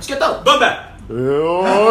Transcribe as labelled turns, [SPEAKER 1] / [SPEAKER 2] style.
[SPEAKER 1] つけたの
[SPEAKER 2] ボンバー
[SPEAKER 3] えお